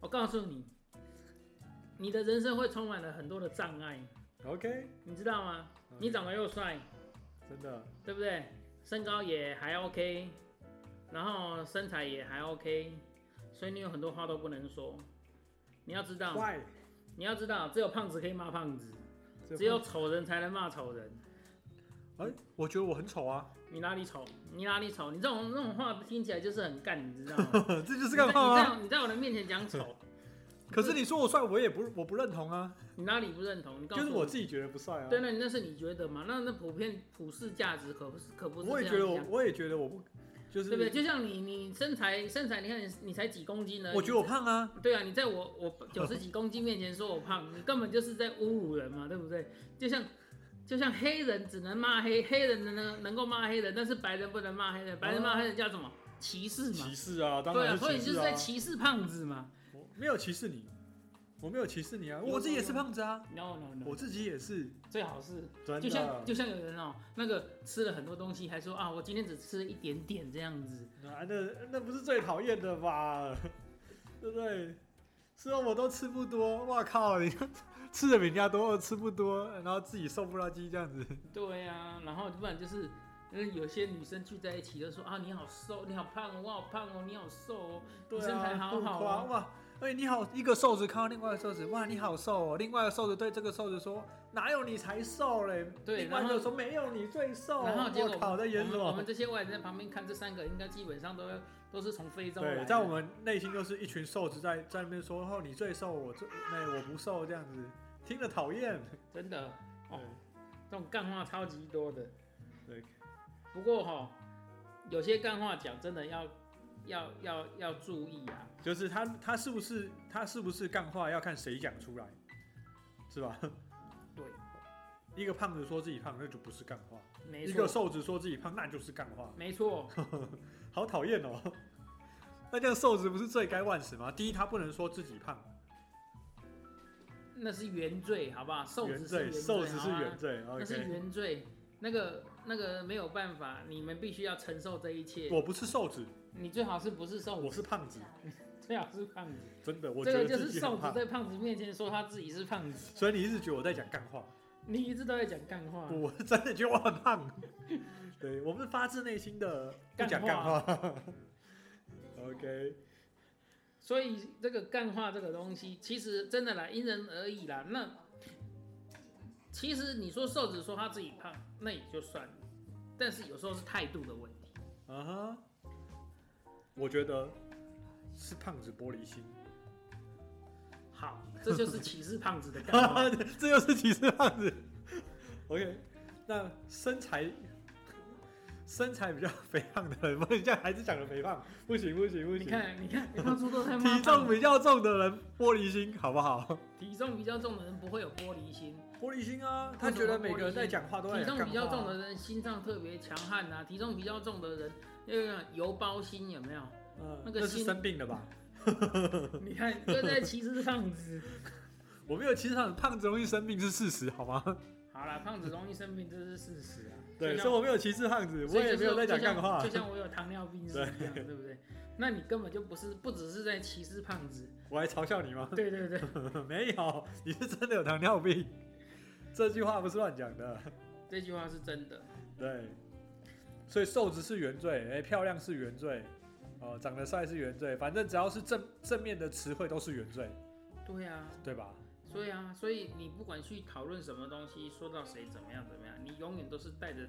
我告诉你，你的人生会充满了很多的障碍， OK，你知道吗？嗯你长得又帅，真的，对不对？身高也还 OK，然后身材也还 OK，所以你有很多话都不能说。你要知道，坏，你要知道，只有胖子可以骂胖子，这只有丑人才能骂丑人。哎、我觉得我很丑啊，你哪里丑？你哪里丑？你这种这种话听起来就是很干，你知道吗？ 这就是你干在嘛你啊？在你在我的面前讲丑，可是你说我帅，我也不我不认同啊，你哪里不认同？你告就诉是我自己觉得不帅啊。对，那你那是你觉得嘛？那那普遍普世价值可不是可不是我也这觉得样我讲，我也觉得我不就是，对不对？就像你你身材身材，你看你你才几公斤呢？我觉得我胖啊，对啊，你在我我九十几公斤面前说我胖，你根本就是在侮辱人嘛，对不对？就像就像黑人只能骂黑黑人能能够骂黑人，但是白人不能骂黑人，白人骂黑人叫什么歧视嘛？歧视啊，当对啊，然所以是你就歧是视在啊。歧视胖子嘛。我没有歧视你，我没有歧视你啊，有我自己也是胖子啊， No No no，我自己也是，最好是真就像的。就像有人哦、那个吃了很多东西，还说啊，我今天只吃了一点点这样子。啊，那那不是最讨厌的吧？ 对不对？虽然我都吃不多，哇靠，你 吃的比人家多，吃不多，然后自己瘦不拉几这样子。对啊，然后不然就是，嗯，有些女生聚在一起就说啊，你好瘦，你好胖哦，我好胖哦，你好瘦哦，对你身材啊，好互好夸哦。哇！哎、你好，一个瘦子看到另外一个瘦子，哇，你好瘦哦。另外一个瘦子对这个瘦子说：“哪有你才瘦嘞？”对另外一然个后说：“没有你最瘦。”然后结果哦我靠，在演什我们我们么？这些外人在旁边看，这三个应该基本上都都是从非洲来对，的。在我们内心就是一群瘦子在在那边说：“哦，你最瘦，我最那、我不瘦。”这样子听着讨厌。真的哦对，这种干话超级多的。对，不过哈、有些干话讲真的要要要要注意啊。就是他他是不是他是不是干话要看谁讲出来，是吧？ 对，一个胖子说自己胖，那就不是干话；没一个错，瘦子说自己胖，那就是干话。没错，好讨厌哦！ 那这样瘦子不是罪该万死吗？第一，他不能说自己胖，那是原罪，好不好？瘦原子是原罪，瘦子是好吗啊原罪。那是 OK，原罪，那个那个没有办法，你们必须要承受这一切。我不是瘦子，你最好是不是瘦我子，是胖子，最好是胖子。真的，我这觉个得就自是己瘦很子胖。在胖子面前说他自己是胖子，所以你一直觉得我在讲干话，你一直都在讲干话。我真的觉得我很胖。 对，我们是发自内心的不讲干干话话。OK，所以这个干话这个东西，其实真的啦，因人而异啦。那其实你说瘦子说他自己胖，那也就算了，但是有时候是态度的问题。啊哈，我觉得是胖子玻璃心，好，这就是歧视胖子的干 话。这又是歧视胖子。OK，那身材身材比较肥胖的人，不能像孩子讲的肥胖，不行不行不你行。看，你看，你当初都在骂体胖重子比较重的人，玻璃心好不 好？体重比较重的人不会有玻璃心，玻璃心啊，他觉得每个人在讲话都在体重讲干话啊比较重的人心脏特别强悍呐、体重比较重的人那个油包心有 没有？嗯，那个那是心生病了吧？你看，这在歧视胖子。 我没有歧视胖子，胖子容易生病是事实，好 吗？好啦，胖子容易生病，这是事实啊。对，就所以像我没有歧视胖子，我所以也就是没有在讲就像干话啊就。像我有糖尿病是一样，对不对？那你根本就不是，不只是在歧视胖 子。 我还嘲笑你吗？ 对对对，没有，你是真的有糖尿病。这句话不是乱讲的。这句话是真的。对，所以瘦子是原罪，哎、漂亮是原罪，哦、长得帅是原罪，反正只要是正正面的词汇都是原罪，对啊，对吧？所以啊，所以你不管去讨论什么东西，说到谁怎么样怎么样，你永远都是带着，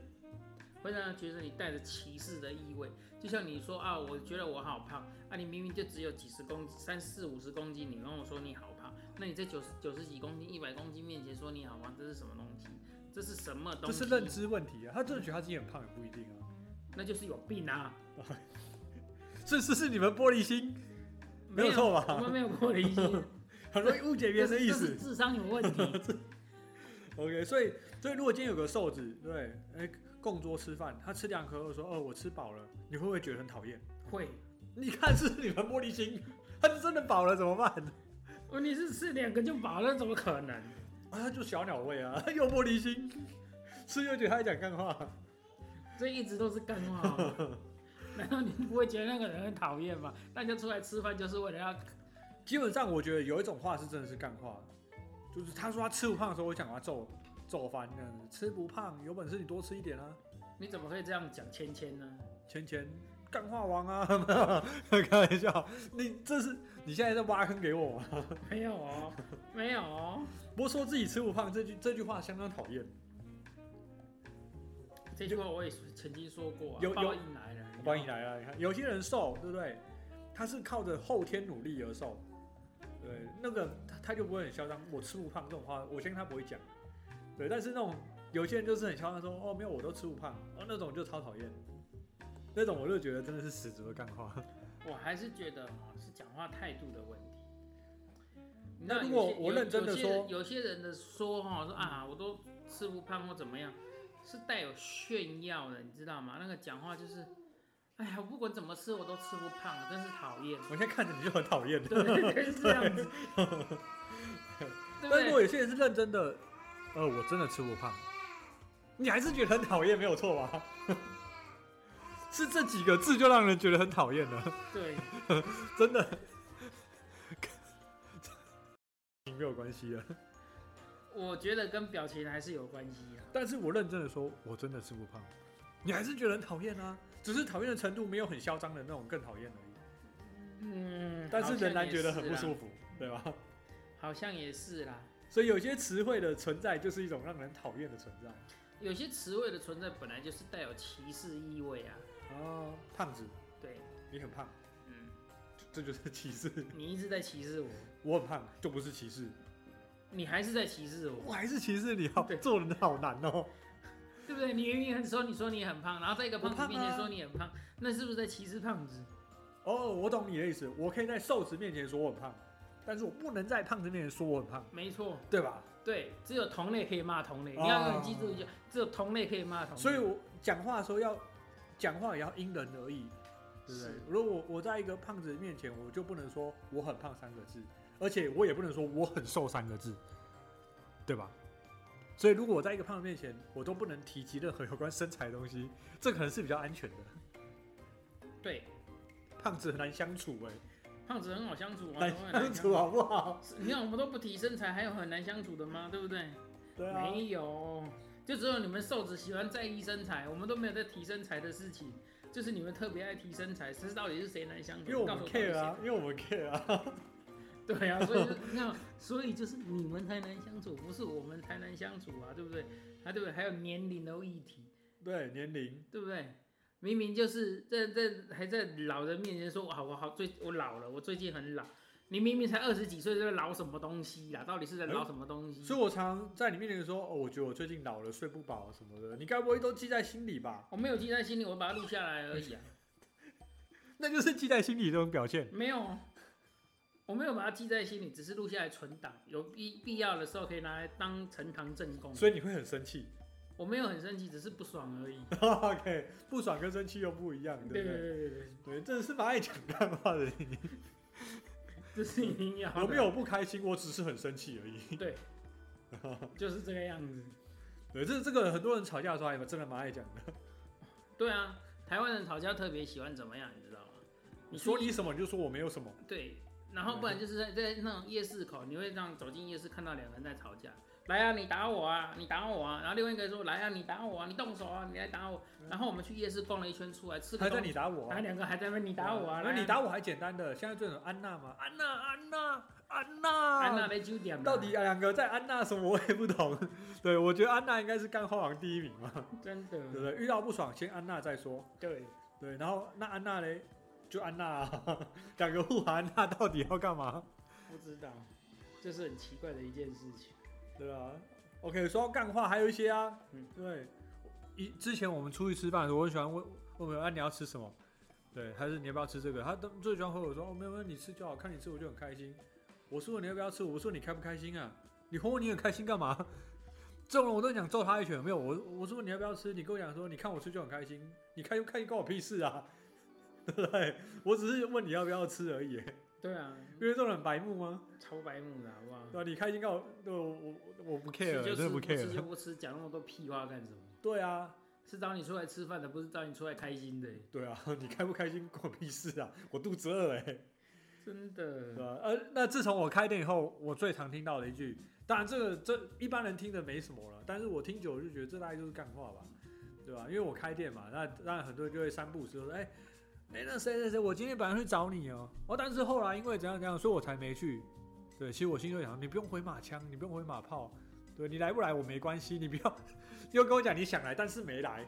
会让人觉得你带着歧视的意味。就像你说啊，我觉得我好胖啊，你明明就只有几十公斤、三四五十公斤，你跟我说你好胖，那你在九十九十几公斤、一百公斤面前说你好胖，这是什么东西？这是什么东这西？是认知问题啊，他真的觉得他自己很胖也不一定啊。那就是有病啊！这是是你们玻璃心，没有错吧我们没有啊玻璃 心，很容易误解别人的意这思是。智商有问题。 OK，所以所以如果今天有个瘦子，对，哎、共桌吃饭，他吃两颗，说哦我吃饱了，你会不会觉得很讨厌？会，你看是你们玻璃心，他是真的饱了怎么办？ 问题是吃两个就饱了，怎么可能？啊，他就小鸟胃啊，又玻璃心，吃又觉得他在讲干话。这一直都是干话哦好 吗。难道你不会觉得那个人很讨厌吗？大家出来吃饭就是为了要基本上我觉得有一种话是真的是干话，就是他说他吃不胖的时候，我想把他揍揍翻这样子。吃不胖，有本事你多吃一点啊，你怎么可以这样讲芊芊呢？钱钱干话王啊， 没有开玩笑，你这是你现在在挖坑给我吗？啊没有哦，没有哦，不过说自己吃不胖这句这句话相当讨厌，这句话我也是曾经说过、啊，有有报应来了，欢迎来啊！你看有些人瘦，对不对？他是靠着后天努力而瘦，对，那个他他就不会很嚣张，我吃不胖这种话，我相信他不会讲，对。但是那种有些人就是很嚣张说，哦，没有，我都吃不胖，哦，那种就超讨厌，那种我就觉得真的是十足的干话。 我还是觉得哦是讲话态度的问题。那你知如道果有些我有认真地有些人说有些人的说哈说啊，我都吃不胖或怎么样，是带有炫耀的，你知道吗？那个讲话就是，哎呀，我不管怎么吃我都吃不胖，真是讨厌。我现在看着你就很讨厌， 对对对，是这样 子。对不但如对？果有些人是认真的，呃，我真的吃不胖，你还是觉得很讨厌，没有错吧？ 是这几个字就让人觉得很讨厌了。对，真 的，跟没有关系啊的。我觉得跟表情还是有关系啊。但是我认真的说，我真的吃不胖，你还是觉得很讨厌啊，只是讨厌的程度没有很嚣张的那种更讨厌而已。嗯，但是仍然觉得很不舒服。服，对吧？好像也是啦，所以有些词汇的存在就是一种让人讨厌的存在。有些词汇的存在本来就是带有歧视意味啊。哦，胖子，对，你很胖，嗯，这就是歧视。你一直在歧视我，我很胖，就不是歧视，你还是在歧视我，我还是歧视你好对做人好难哦。对不对？你明明很说你说你很胖，然后在一个胖我子胖啊面前说你很胖，那是不是在歧视胖子？哦，我懂你的意思，我可以在瘦子面前说我很胖，但是我不能在胖子面前说我很胖，没错，对吧？对，只有同类可以骂同类，哦你要永远记住一句，只有同类可以骂同类。所以我讲话的时候要讲话也要因人而异，对不对是？如果我在一个胖子面前，我就不能说我很胖三个字，而且我也不能说我很瘦三个字，对吧？所以如果我在一个胖子面前，我都不能提及任何有关身材的东西，这可能是比较安全的。对，胖子很难相处哎、胖子很好相处啊，难很 相处好不好？是你看，我们都不提身材，还有很难相处的吗？对不对？对啊，没有，就只有你们瘦子喜欢在意身材，我们都没有在提身材的事情，就是你们特别爱提身材，这是到底是谁难相处？因为我告诉们我到底是 care 啊，因为我们 care 啊，谁。对 啊，所以就你看，所以就是你们才难相处，不是我们才难相处啊，对不对？啊，对不对？还有年龄的议题，对年龄，对不对？明明就是在在还在老人面前说，哇，我好最我老了，我最近很老。你明明才二十几岁，在老什么东西呀、到底是在哎老什么东西？所以我常在你面前说，哦，我觉得我最近老了，睡不饱什么的，你该不会都记在心里吧？我没有记在心里，我把它录下来而已啊，那就是记在心里这种表现。没有，我没有把它记在心里，只是录下来存档，有必必要的时候可以拿来当呈堂证供。所以你会很生气。 我没有很生气，只是不爽而已。 OK，不爽跟生气又不一样，对对不对对？对对，对，这是蛮爱讲干话的。你这是一定要的有没有不开心？我只是很生气而已。对，就是这个样子。对，这这个很多人吵架的时候还真的蛮爱讲的。对啊，台湾人吵架特别喜欢怎么样，你知道吗？你去说你什么，你就说我没有什么。对，然后不嗯然就是在在那种夜市口，你会这样走进夜市，看到两个人在吵架。来啊，你打我啊，你打我啊！然后另外一个说，来啊，你打我啊，你动手啊，你来打我。然后我们去夜市逛了一圈，出来吃个嗯还在东西，你打我、然后啊，两个还在那边你打我啊，来那啊呃你打我还简单的。现在这种安娜嘛，安娜，安娜，安娜，安娜。在九点嘛，到底两个在安娜什么我也不懂。 对，我觉得安娜应该是干花王第一名嗯嘛，真对的不对？遇到不爽先安娜再说。对，对，然后那安娜嘞，就安娜、啊， 两个护航安娜到底要干嘛？不知道，这是很奇怪的一件事情。对吧、OK，说到干话，还有一些啊，嗯对，一之前我们出去吃饭的时候，我很喜欢问问我们啊你要吃什么，对，还是你要不要吃这个？他都最喜欢回我说哦没有没有，你吃就好，看你吃我就很开心。我说你要不要吃？我说你开不开心啊？你哄我你很开心干嘛？ 这种人我都想揍他一拳，没有我我说你要不要吃？你跟我讲说你看我吃就很开心，你开就开心关我屁事啊， 对不对？我只是问你要不要吃而已，对啊，因为这种人很白目吗？超白目的好不好？对吧、你开心干我，对我我我不 care，吃就真吃，的不不吃 care 就。不吃，讲那么多屁话干什么？对啊，是找你出来吃饭 的，不是找你出来开心的。欸对啊，你开不开心关我屁事啊！我肚子饿哎、真的对。吧？呃，那自从我开店以后，我最常听到的一句，当然这个这一般人听着没什么了，但是我听久了就觉得这大概就是干话吧，对吧？因为我开店嘛，那当然很多人就会三不五时地说，哎、哎、那谁谁谁，我今天本来去找你哦、哦，但是后来因为怎样怎样，所以我才没去。对，其实我心里就想，你不用回马枪，你不用回马炮，对你来不来我没关系，你不要又跟我讲你想来，但是没来。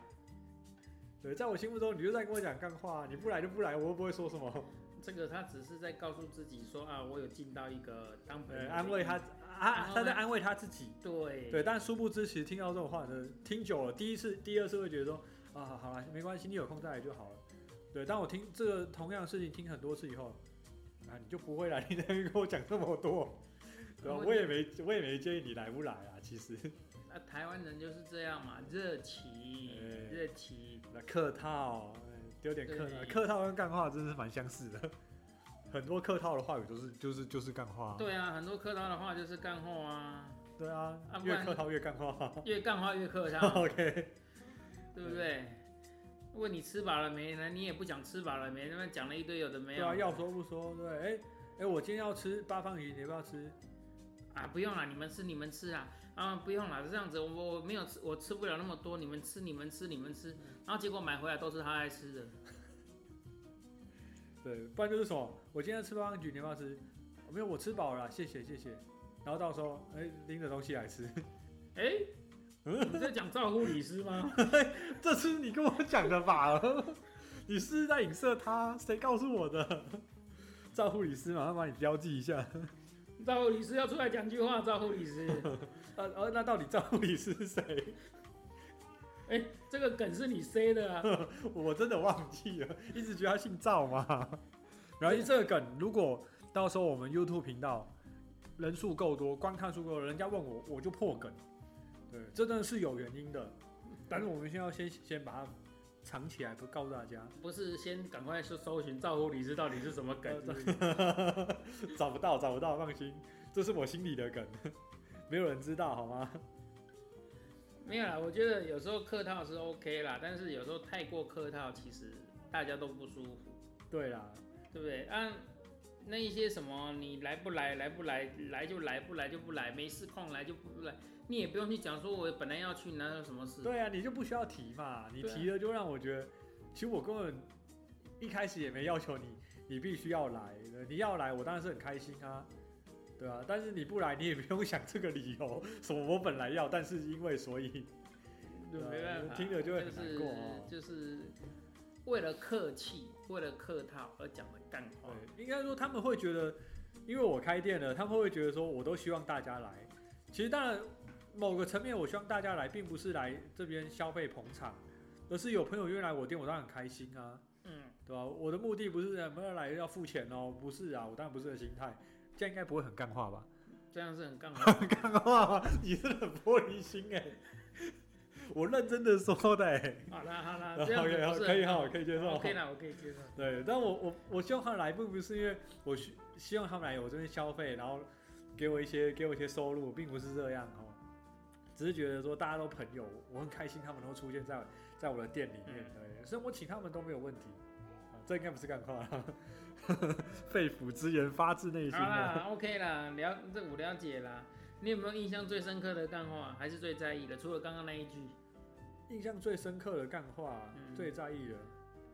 对，在我心目中，你就在跟我讲干话，啊你不来就不来，我又不会说什么。这个他只是在告诉自己说啊，我有尽到一个当朋友对，的呃安慰他义。，啊，他在安慰他自己。对对，但殊不知，其实听到这种话呢，听久了，第一次、第二次会觉得说，啊，好了，没关系，你有空再来就好了。对，但我听这个同样的事情听很多次以后，啊，你就不会来，你在那边跟我讲这么多，对吧？我我也没，我也没建议你来不来啊，其实，那、台湾人就是这样嘛，热情哎，热情。那 客套，哎有点客套对，客套跟干话真是蛮相似的， 很多客套的话语都是就是就是干话，对啊，很多客套的话就是干话啊，对啊啊，不越然客套越干话越干话越客 啊套， ，OK，对不嗯对？问你吃饱了没呢？你也不讲吃饱了没，那边讲了一堆有的没对有啊，的。要说不说，对，哎、哎、我今天要吃八方鱼，你要不要吃？啊，不用啦，你们吃你们吃啊，啊，不用啦，这样子我我没有吃，我吃不了那么多，你们吃你们吃你们吃，然后结果买回来都是他爱吃的，对，不然就是什么，我今天吃八方局，你要不要吃？哦没有，我吃饱了啦，谢谢谢谢。然后到时候，哎、拎着东西来吃， 哎、嗯你在讲照顾李斯吗？ 这是你跟我讲的吧？ 你是不是在影射他？谁告诉我的？ 赵护理师马上帮你标记一下。照顾李斯要出来讲句话，照顾李 斯，呃、呃，那到底赵护理师是谁？哎、这个梗是你塞的啊，我真的忘记了，一直觉得他姓赵嘛。然后这个梗，如果到时候我们 YouTube 频道人数够多，观看数够多，人家问我，我就破梗。对，这真的是有原因的。但是我们先要先先把它藏起来，不告诉大家，不是先赶快去搜寻照顾李斯到底是什么梗是不是 找不到，找不到，放心，这是我心里的梗，没有人知道好吗？没有啦，我觉得有时候客套是 OK 啦，但是有时候太过客套，其实大家都不舒服，对啦，对不对？啊，那一些什么你来不来，来不来，来就来，不来就不来，没事空来就不来，你也不用去讲说我本来要去，哪有什么事？对啊，你就不需要提嘛，你对啊提了就让我觉得，其实我根本一开始也没要求你，你必须要来，对你要来我当然是很开心啊，对啊，但是你不来你也不用想这个理由，什么我本来要，但是因为所以，就对啊没办法，听着就会很难过哦就是就是为了客气，为了客套而讲的干话。对，应该说他们会觉得，因为我开店了，他们会觉得说我都希望大家来，其实当然某个层面我希望大家来，并不是来这边消费捧场，而是有朋友约来我店，我当然很开心啊。嗯，对吧、我的目的不是没有来要付钱哦，不是啊，我当然不是的心态，这样应该不会很干话吧？这样是很干 话。干话吗？ 你真的很玻璃心哎、 我认真的说的哎、好啦好啦，这样子 OK，好不是可以哈，可以接受。 OK 啦，我可以接受。对，但我我我希望他们来，并不是因为我希希望他们来我这边消费，然后给我一些给我一些收入，并不是这样哦。只是觉得说大家都朋友，我很开心他们能够出现在在我的店里面，对，所以我请他们都没有问题。啊这应该不是干话 啦，肺腑之言，发自内好心的。啦，OK 啦，了这我了解啦。你有没有印象最深刻的干话，还是最在意的？除了刚刚那一句，印象最深刻的干话，嗯最在意的，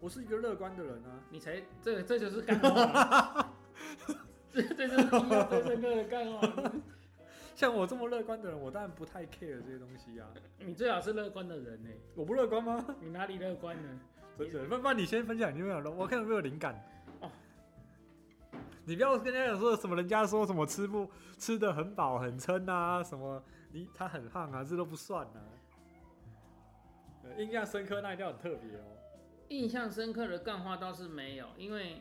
我是一个乐观的人啊。你才这这就是干话，这这就是印象最深刻的干话。像我这么乐观的人，我当然不太 care 这些东西啊。你最好是乐观的人呢、欸我不乐观吗？ 你哪里乐观呢？真的，不不，你先分享，你有没有？我看有没有灵感。哦你不要跟人家讲说什么，人家说什么吃不吃的很饱很撑啊，什么你他很胖啊，这都不算啊。呃印象深刻那一定要很特别哦。印象深刻的干话倒是没有，因为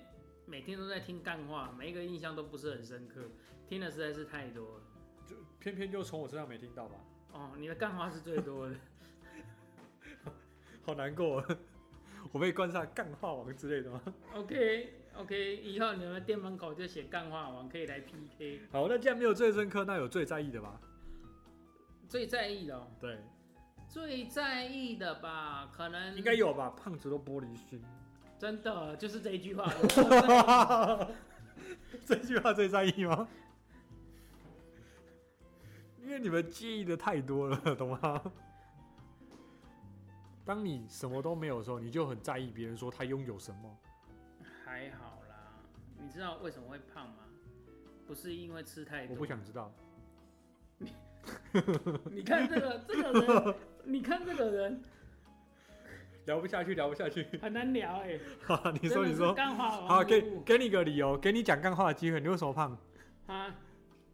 每天都在听干话，每一个印象都不是很深刻，听的实在是太多了。就偏偏就从我身上没听到吧，哦，你的干话是最多 的。好难过 哦。我被冠上干话王之类的吗？ OK OK，以后你们店门口就写干话王，可以来 PK。好，那既然没有最深刻，那有最在意的吧？最在意的、哦。对，最在意的吧，可能应该有吧？胖子都玻璃心。真的就是这一句话。 这句话最在意吗？因为你们介意的太多了，懂吗？当你什么都没有的时候，你就很在意别人说他拥有什么。还好啦。你知道为什么会胖吗？不是因为吃太我多。不想知道，你看这 个这个人，你看这个人聊不下去，聊不下去。很难聊哎、哈哈 你真说，的你是说，干话王好，给无误给你个理由，给你讲干话的机会。你为什么胖？啊，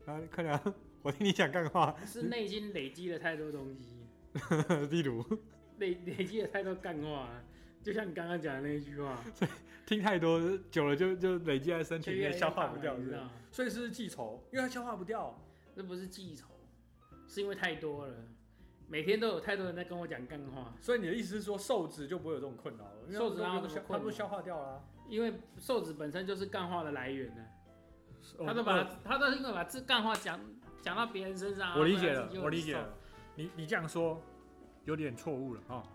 啊，快点、啊，我听你讲干话。 是内心累积了太多东西，例如，累 累积了太多干话、啊就像你刚刚讲的那一句 话，听太多久了就就累积在身体就越里，来越消化胖不了掉，你是知不道是吗？所以是记仇，因为它消化不掉。这不是记仇，是因为太多了，每天都有太多人在跟我讲干话，所以你的意思是说，瘦子就不会有这种困扰了？因为瘦子哪有它这都么消困它扰都消化掉了啊、因为瘦子本身就是干话的来源呢、啊哦他都把、他都是因为把这干话讲讲到别人身上啊、我理不解然了自己，就我理解很了。你你这样说有点错误了啊、哦！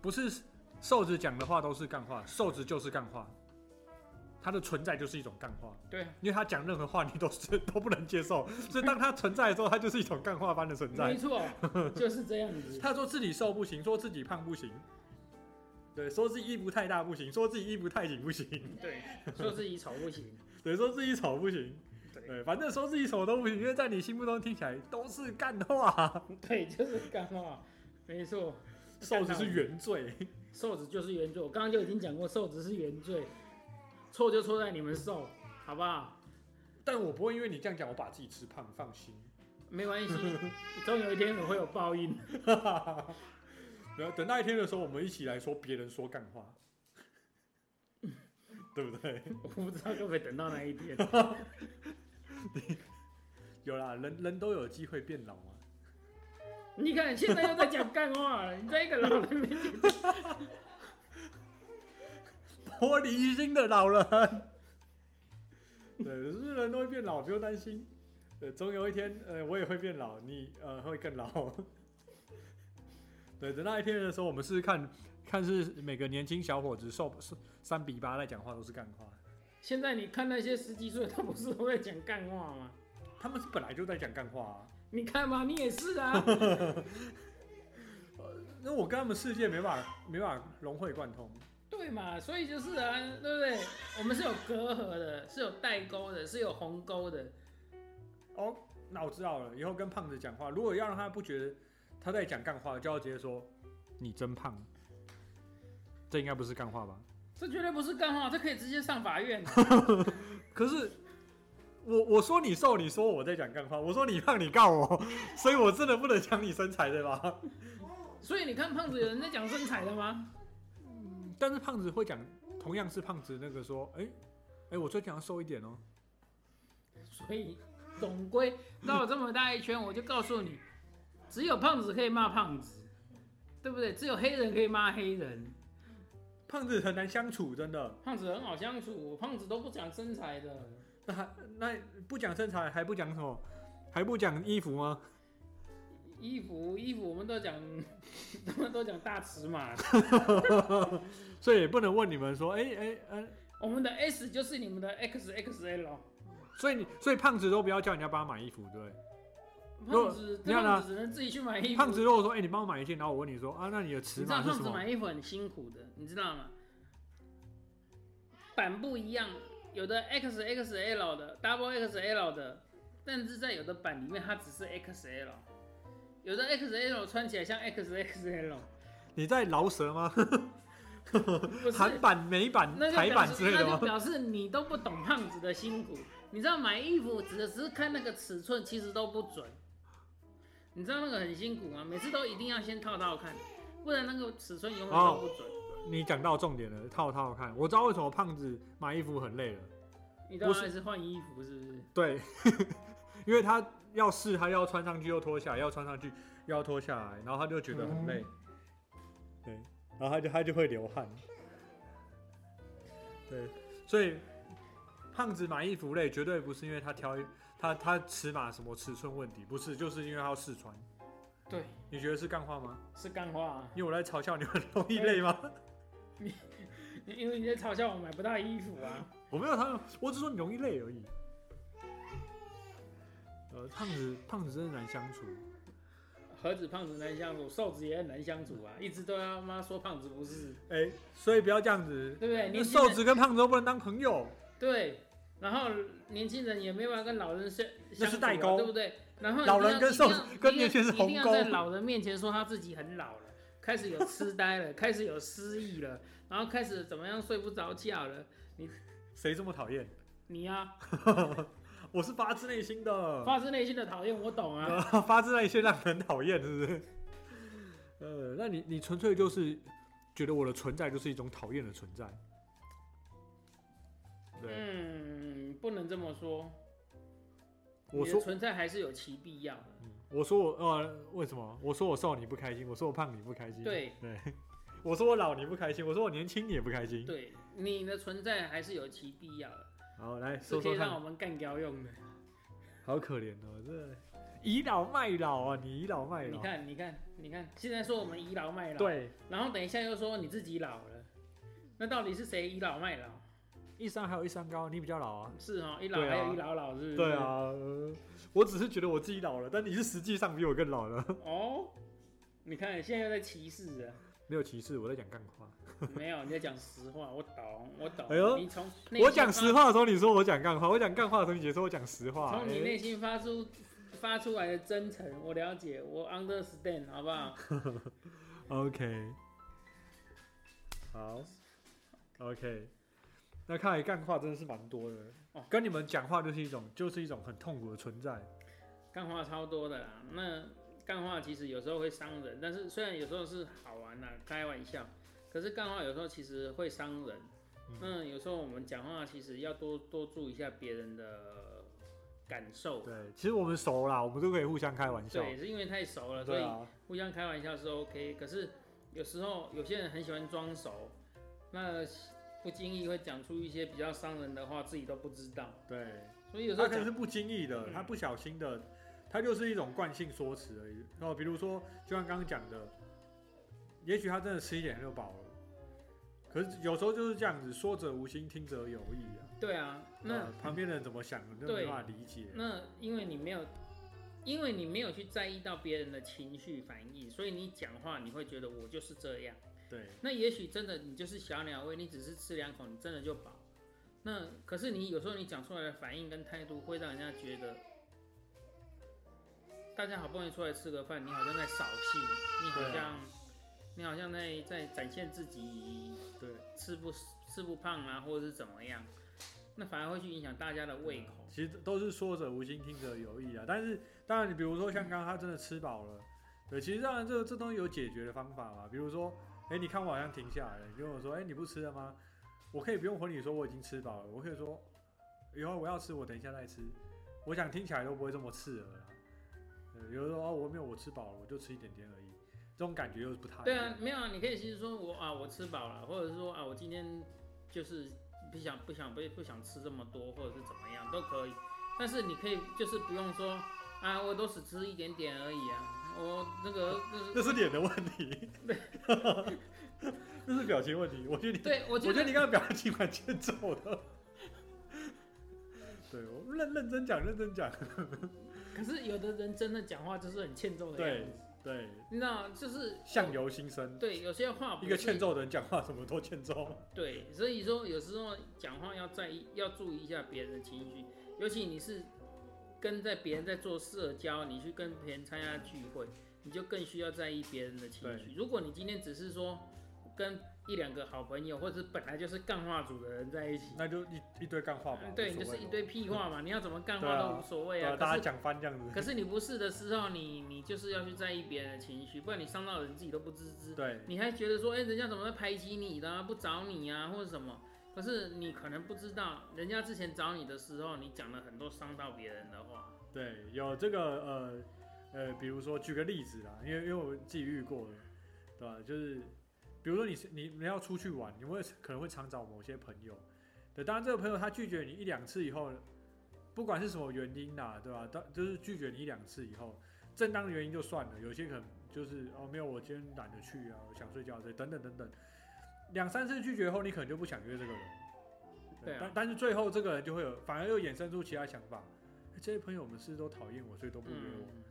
不是瘦子讲的话都是干话，瘦子就是干话，他的存在就是一种干话，受。对啊，因为他讲任何话你都是 都不能接受，所以当他存在的时候，他就是一种干话般的存没在。 错，就是这样子。他说自己瘦不行，说自己胖不行，对，说自己衣服太大不行，说自己衣服太紧不行，对，说自己丑不行。 对，说自己丑不行，对对，反正说自己丑都不行，因为在你心目中听起来都是干 话。对，就是干话，没错。瘦子是原罪。瘦子就是原罪，我刚刚就已经讲过，瘦子是原罪，错就错在你们瘦，好不好？但我不会因为你这样讲，我把自己吃胖，放心。没关系，总有一天我会有报应。 然后等那一天的时候，我们一起来说别人说干话， 对不对？我不知道会不会等到那一天。有啦，人人都有机会变老啊嘛。你看，现在又在讲干话了，你这个老人没玻璃心的老人，对，是人都会变老，不用担心。对，总有一天，呃，我也会变老，你呃会更老。 对，等那一天的时候，我们试试看，看是每个年轻小伙子瘦瘦三比八在讲话都是干话，现在你看那些十几岁，他不是都在讲干话吗？他们是本来就在讲干话啊。你看嘛，你也是啊。那我跟他们世界没办法没办法融会贯通，对嘛，所以就是啊，对不对？我们是有隔阂的，是有代沟的，是有鸿沟的。哦那我知道了，以后跟胖子讲话，如果要让他不觉得他在讲干话，就要直接说你真胖，这应该不是干话吧？这绝对不是干话，这可以直接上法院。可是我我说你瘦，你说我在讲干话，我说你胖，你告我，所以我真的不能讲你身材对吧？ 所以你看，胖子有人在讲身材的吗？但是胖子会讲，同样是胖子那个说，哎、哎、我最近要瘦一点哦、所以总归绕了这么大一圈，我就告诉你，只有胖子可以骂胖子，对不对？只有黑人可以骂黑人，胖子很难相处，真的。胖子很好相处，胖子都不讲身材的。那还那不讲身材，还不讲什么，还不讲衣服吗？ 衣服衣服我们都讲， 他们都讲大尺码，所以也不能问你们说，哎哎哎，我们的 S 就是你们的 XXL。所以你所以胖子都不要叫人家帮他买衣服，对不对？胖子，你看啊胖子只能自己去买衣服。胖子如果说，哎、你帮我买一件，然后我问你说，啊，那你的尺你知道码是胖什子么？买衣服很辛苦的，你知道吗？版不一样，有的 XXL 的、Double XL 的，但是在有的版里面它只是 XL，有的 XL 穿起来像 XXL，你在饶舌吗？不是韩版、美版那、就台表版示之类的那吗 就？表示你都不懂胖子的辛苦。你知道买衣服指的只是看那个尺寸，其实都不准。你知道那个很辛苦吗？每次都一定要先套套看，不然那个尺寸永远都不准。你讲到重点了，套套看，我知道为什么胖子买衣服很累了。你到不是底是换衣服是不是？对， 因为他要试，他要穿上去又脱下来，要穿上去又要脱下来，然后他就觉得很累。对，然后他就他就会流汗。对，所以胖子买衣服累，绝对不是因为他挑他他尺码什么尺寸问题，不是，就是因为他要试穿。对，你觉得是干话吗？是干话、啊， 因为我在嘲笑你们容易累吗？ 因为你在嘲笑我买不到衣服啊。我没有他们，我只说你容易累而已。呃，胖子胖子真的难相处，何止胖子难相处，瘦子也很难相处啊！一直都要妈说胖子不是，哎、所以不要这样子。对不对？那年轻瘦人子跟胖子都不能当朋友，对，然后年轻人也没办法跟老人相那相是处、代沟啊，对不对？然后老人一定要跟瘦一定要跟一定年轻人是鸿沟一定要在老人面前说他自己很老了，开始有痴呆了，开始有失忆了，然后开始怎么样睡不着觉了。谁这么讨厌？你呀、我是发自内心的，发自内心的讨厌，我懂啊。 发自内心让人讨厌，是不是？呃，那你你纯粹就是觉得我的存在就是一种讨厌的存在，对，嗯，不能这么说。我你的说嗯存在还是有其必要的。我说我呃，为什么？我说我瘦你不开心，我说我胖你不开心，对对，我说我老你不开心，我说我年轻你也不开心。对，你的存在还是有其必要的，好，来是说可以说让看我，们干掉用的。好可怜哦，这倚老卖老啊，你倚老卖你老，看，你看，你看，现在说我们倚老卖老，，对，然后等一下又说你自己老了，那到底是谁倚老卖老？一山还有一山高，你比较老啊。是哦，一老对啊还有一老老，是不是？对。啊、呃我只是觉得我自己老了，但你是实际上比我更老了。哦，你看现在又在歧视啊？ 没有歧视，我在讲干话。没有，你在讲实话，我懂，我懂。哎呦你从内我心讲发实话的时候，你说我讲干话；我讲干话的时候，你也说我讲实话。从你哎内心发出发出来的真诚，我了解，我 understand，好不好？哎 OK，好，OK，那看来干话真的是蛮多的。哦跟你们讲话就是一种，就是一种很痛苦的存在。干话超多的啦，那干话其实有时候会伤人，但是虽然有时候是好玩啦，开玩笑，可是干话有时候其实会伤人。嗯那有时候我们讲话其实要多多注意一下别人的感受，对，其实我们熟啦，我们都可以互相开玩笑。对，是因为太熟了，所对以啊，互相开玩笑是 OK，可是有时候有些人很喜欢装熟，那不经意会讲出一些比较伤人的话，自己都不知道。对，所以有时他候啊可讲能是不经意的，嗯他不小心的，他就是一种惯性说辞而已。然后比如说，就像刚刚讲的，也许他真的吃一点就饱了，可是有时候就是这样子，说者无心，听者有意啊。对啊，那、呃旁边的人怎么想，你都没对办法理解。那因为你没有，因为你没有去在意到别人的情绪反应，所以你讲话你会觉得我就是这样。对，那也许真的你就是小鸟胃，你只是吃两口，你真的就饱。那可是你有时候你讲出来的反应跟态度，会让人家觉得，大家好不容易出来吃个饭，你好像在扫兴，你好对像，你好像在在展现自己对，吃不吃不胖啊，或者是怎么样，那反而会去影响大家的胃口。其实都是说者无心，听者有意啊。但是当然，你比如说像刚刚他真的吃饱了，对，其实当然这个这东西有解决的方法嘛。比如说，哎、你看我好像停下来了，你跟我说，哎、你不吃了吗？我可以不用回你说我已经吃饱了，我可以说，以后我要吃，我等一下再吃。我想听起来都不会这么刺耳啦。呃，有的时候哦，我没有，我吃饱了，我就吃一点点而已，这种感觉又不太对一啊样，没有啊，你可以其实说我啊，我吃饱了，或者是说啊，我今天就是不想不想不不想吃这么多，或者是怎么样都可以。但是你可以就是不用说啊，我都只吃一点点而已啊，我那个那那是脸的问 题， 那是表情问题。我觉得你对我我觉觉得得你刚刚表情蛮欠揍 的。对，我认认真讲，认真讲。可是有的人真的讲话就是很欠揍的样对子，对，你知道就是相由心生。对有些话不一个是欠揍的人讲话什么都欠揍。对，所以说有时候讲话要在意，要注意一下别人的情绪，尤其你是跟在别人在做社交，你去跟别人参加聚会，你就更需要在意别人的情绪。如果你今天只是说跟一两个好朋友，或者是本来就是干话组的人在一起，那就一一堆干话吧。嗯对，无你就所谓是一嘛堆屁话嘛，你要怎么干对话啊都无所谓对啊，啊。大可家是讲翻这样子。可是你不是的时候，你你就是要去在意别人的情绪，不然你伤到人自己都不自知。对你还觉得说，哎、人家怎么在排挤你的、啊，不找你啊，或者什么？可是你可能不知道，人家之前找你的时候，你讲了很多伤到别人的话。对，啊有这个呃呃，比如说举个例子啦，因为因为我自己遇过的，对吧？就是比如说你是你你要出去玩，你会可能会常找某些朋友，对，当然这个朋友他拒绝你一两次以后，不管是什么原因啦，对吧？当就是拒绝你一两次以后，正当原因就算了，有些可能就是哦没有，我今天懒得去啊，我想睡觉这等等等等，两三次拒绝后，你可能就不想约这个人，对啊但但是最后这个人就会有，反而又衍生出其他想法。欸这些朋友们是不是都讨厌我，所以都不约我。嗯，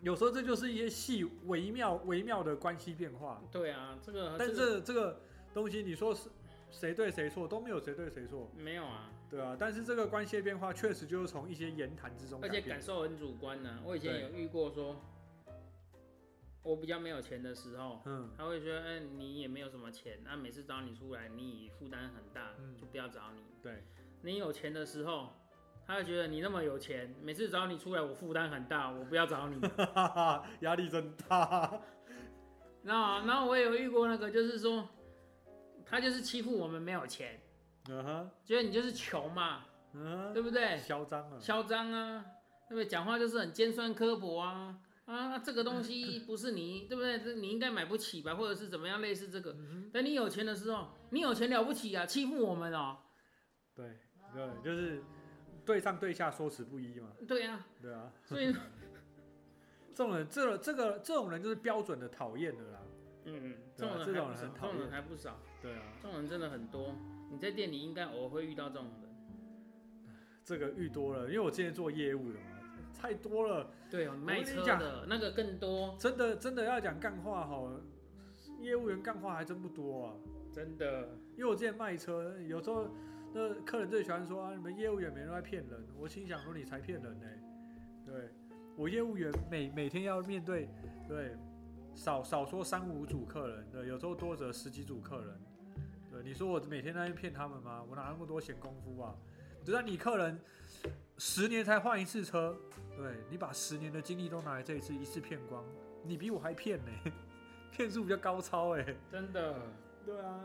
有时候这就是一些细微妙微妙的关系变化。对啊，这个但这个这这个东西，你说是谁对谁错都没有谁对谁错，没有啊，对啊。但是这个关系的变化确实就是从一些言谈之中而改且变。感受很主观呢、我以前对有遇过说，我比较没有钱的时候，嗯，他会觉得，哎、你也没有什么钱，那、每次找你出来，你负担很大，嗯就不要找你。对，你有钱的时候，他会觉得你那么有钱，每次找你出来，我负担很大，我不要找你。压力真大。然后，然后我也有遇过那个，就是说，他就是欺负我们没有钱，嗯哼，觉得你就是穷嘛，嗯对不对哼，？嚣张啊。嚣张啊，对不对？讲话就是很尖酸刻薄啊啊，这个东西不是你，对不对？这你应该买不起吧，或者是怎么样，类似这个。等你有钱的时候，你有钱了不起啊，欺负我们哦。对对，就是对上对下说辞不一嘛。对啊，对啊，所以这种人，这这个这种人就是标准的讨厌的啦。 嗯，这对种啊人这还种不少，这人很讨种人厌还不少，对啊，这种人真的很多。你在店里应该偶尔会遇到这种人。这个遇多了，因为我之前做业务的嘛，太多了。对哦，卖跟车你讲的那个更多，真的真的要讲干话哈，业务员干话还真不多啊。真的。因为我之前卖车，有时候那客人最喜欢说啊，你们业务员每天都在骗人。我心想说你才骗人呢、对我业务员每每天要面对，对少少说三五组客人，对，有时候多则十几组客人。对，你说我每天在那边骗他们吗？我哪那么多闲工夫啊？就算你客人十年才换一次车，对你把十年的精力都拿来这一次，一次骗光，你比我还骗呢、 骗术比较高超哎、真的，对啊，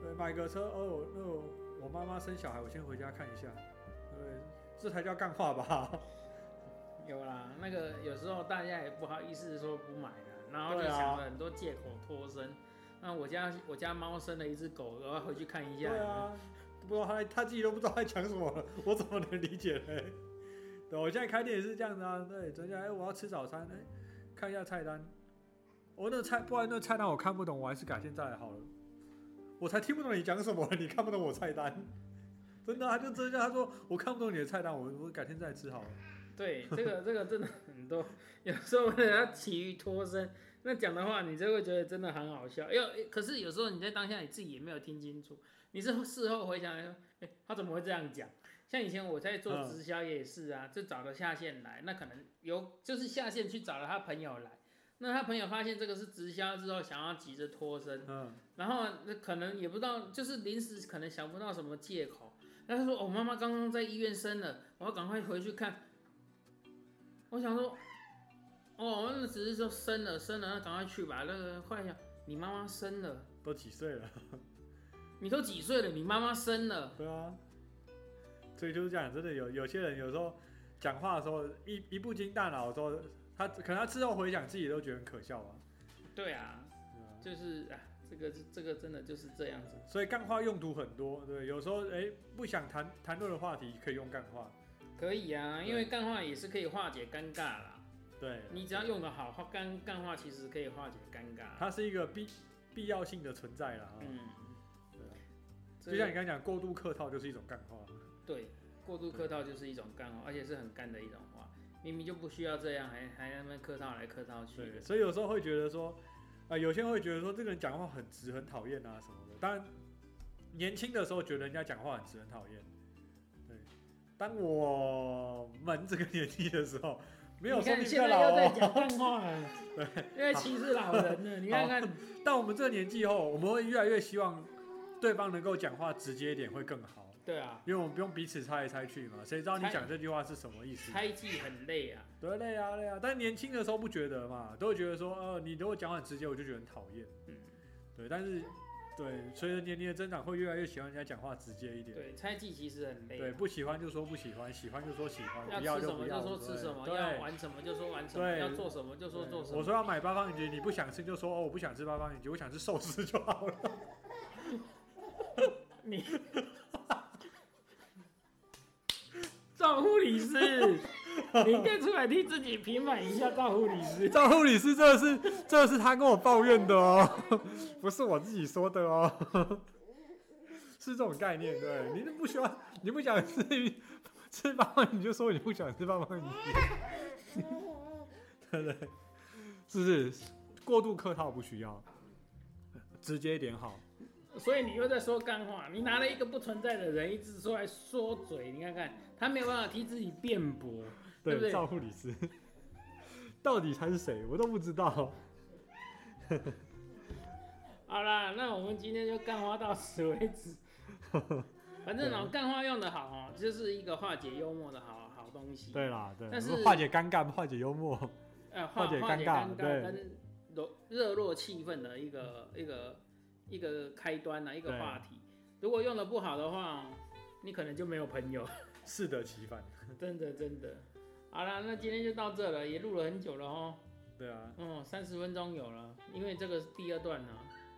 对，买个车哦，那我我妈妈生小孩，我先回家看一下。对，这才叫干话吧？有啦，那个有时候大家也不好意思说不买了，然后就对啊想了很多借口脱身。那我家我家猫生了一只狗，我要回去看一对下。啊，不知道他他自己都不知道他讲什么了，我怎么能理解呢？对，我现在开店也是这样子啊。对，昨天哎，我要吃早餐，哎，看一下菜单。我、那个菜，不然那个菜单我看不懂，我还是改天再来好了。我才听不懂你讲什么了， 你看不懂我菜单，真的啊、他就真的，他说我看不懂你的菜单，我我改天再吃好了。对，这个这个真的很多，有时候为了要急于脱身，那讲的话你就会觉得真的很好笑。要可是有时候你在当下你自己也没有听清楚，你是事后回想来说，哎、他怎么会这样讲？像以前我在做嗯直销也是啊，就找了下线来，那可能有就是下线去找了他朋友来，那他朋友发现这个是直销之后，想要急着脱身，嗯，然后那可能也不知道，就是临时可能想不到什么借口。他就说：“我、妈妈刚刚在医院生了，我要赶快回去看。”我想说：“哦，那只是说生了，生了，那赶快去吧。”那个幻想，你妈妈生了，都几岁了？你都几岁了？你妈妈生了，对啊，所以就是这样，真的有有些人有时候讲话的时候一一不经大脑的时候，他可能他事后回想自己都觉得很可笑啊。对啊，就是啊，这个这个真的就是这样子。所以干话用途很多，对，有时候哎、不想谈谈论的话题可以用干话，可以啊，因为干话也是可以化解尴尬啦。对，你只要用的好，话干干话其实可以化解尴尬。它是一个必必要性的存在啦。啊嗯，对啊这就像你刚才讲，过度客套就是一种干话，对，过度客套就是一种干话，而且是很干的一种话。明明就不需要这样，还还在那边客套来客套去对，的。所以有时候会觉得说，啊、有些人会觉得说这个人讲话很直，很讨厌啊什么的。当然，年轻的时候觉得人家讲话很直，很讨厌。对，当我们这个年纪的时候，没有你说看你比现较在老又在哦，讲干话 了，又在歧视老人了。你看看，但我们这个年纪后，我们会越来越希望对方能够讲话直接一点会更好，对啊，因为我们不用彼此猜来猜去嘛，谁知道你猜讲这句话是什么意思？猜忌很累啊。对，累啊累啊！但年轻的时候不觉得嘛，都会觉得说，呃，你如果讲话很直接，我就觉得很讨厌。嗯对，但是对，随着年龄的增长，会越来越喜欢人家讲话直接一点。对，猜忌其实很累。啊对，不喜欢就说不喜欢，喜欢就说喜欢，不要吃就什不么要。就说吃什么，对，要玩什么就说玩什么，对要做什么就说对做什我么。说要买八方云集，你不想吃就说哦，我不想吃八方云集，我想吃寿司就好了。你，赵护理 师，你应该出来替自己平反一下赵护理师。赵护理师，这是这是他跟我抱怨的哦，不是我自己说的哦，是这种概念，对，你都不喜欢，你不想吃鱼，吃棒棒，你就说你不想吃棒棒鱼，对不对？是不是？过度客套不需要，直接一点好。所以你又在说干话，你拿了一个不存在的人一直出来说嘴，你看看他没有办法替自己辩驳，对不对照护理师，到底他是谁，我都不知道。好啦，那我们今天就干话到此为 止。反正哦，干话用的好哦，就是一个化解幽默的好好东西。对啦，对，但是化解尴尬，化解幽默，呃，化化解化解尴尬尴尬对跟热热络气氛的一个一个一个开端啊呐、一个对话题。如果用的不好的话，你可能就没有朋友。 适得其反。真的真的。好啦，那今天就到这了，也录了很久了哦，对啊，嗯，三十分钟有了，因为这个是第二段呢、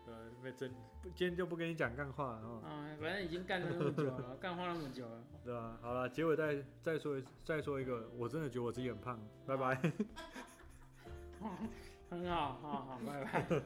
对啊，没真，今天就不跟你讲干话了哦。啊，反正已经干了那么久了，干花那么久了，对啊，好了，结尾再再说一再说一个，我真的觉得我自己很胖，拜拜。很好，好好，拜拜。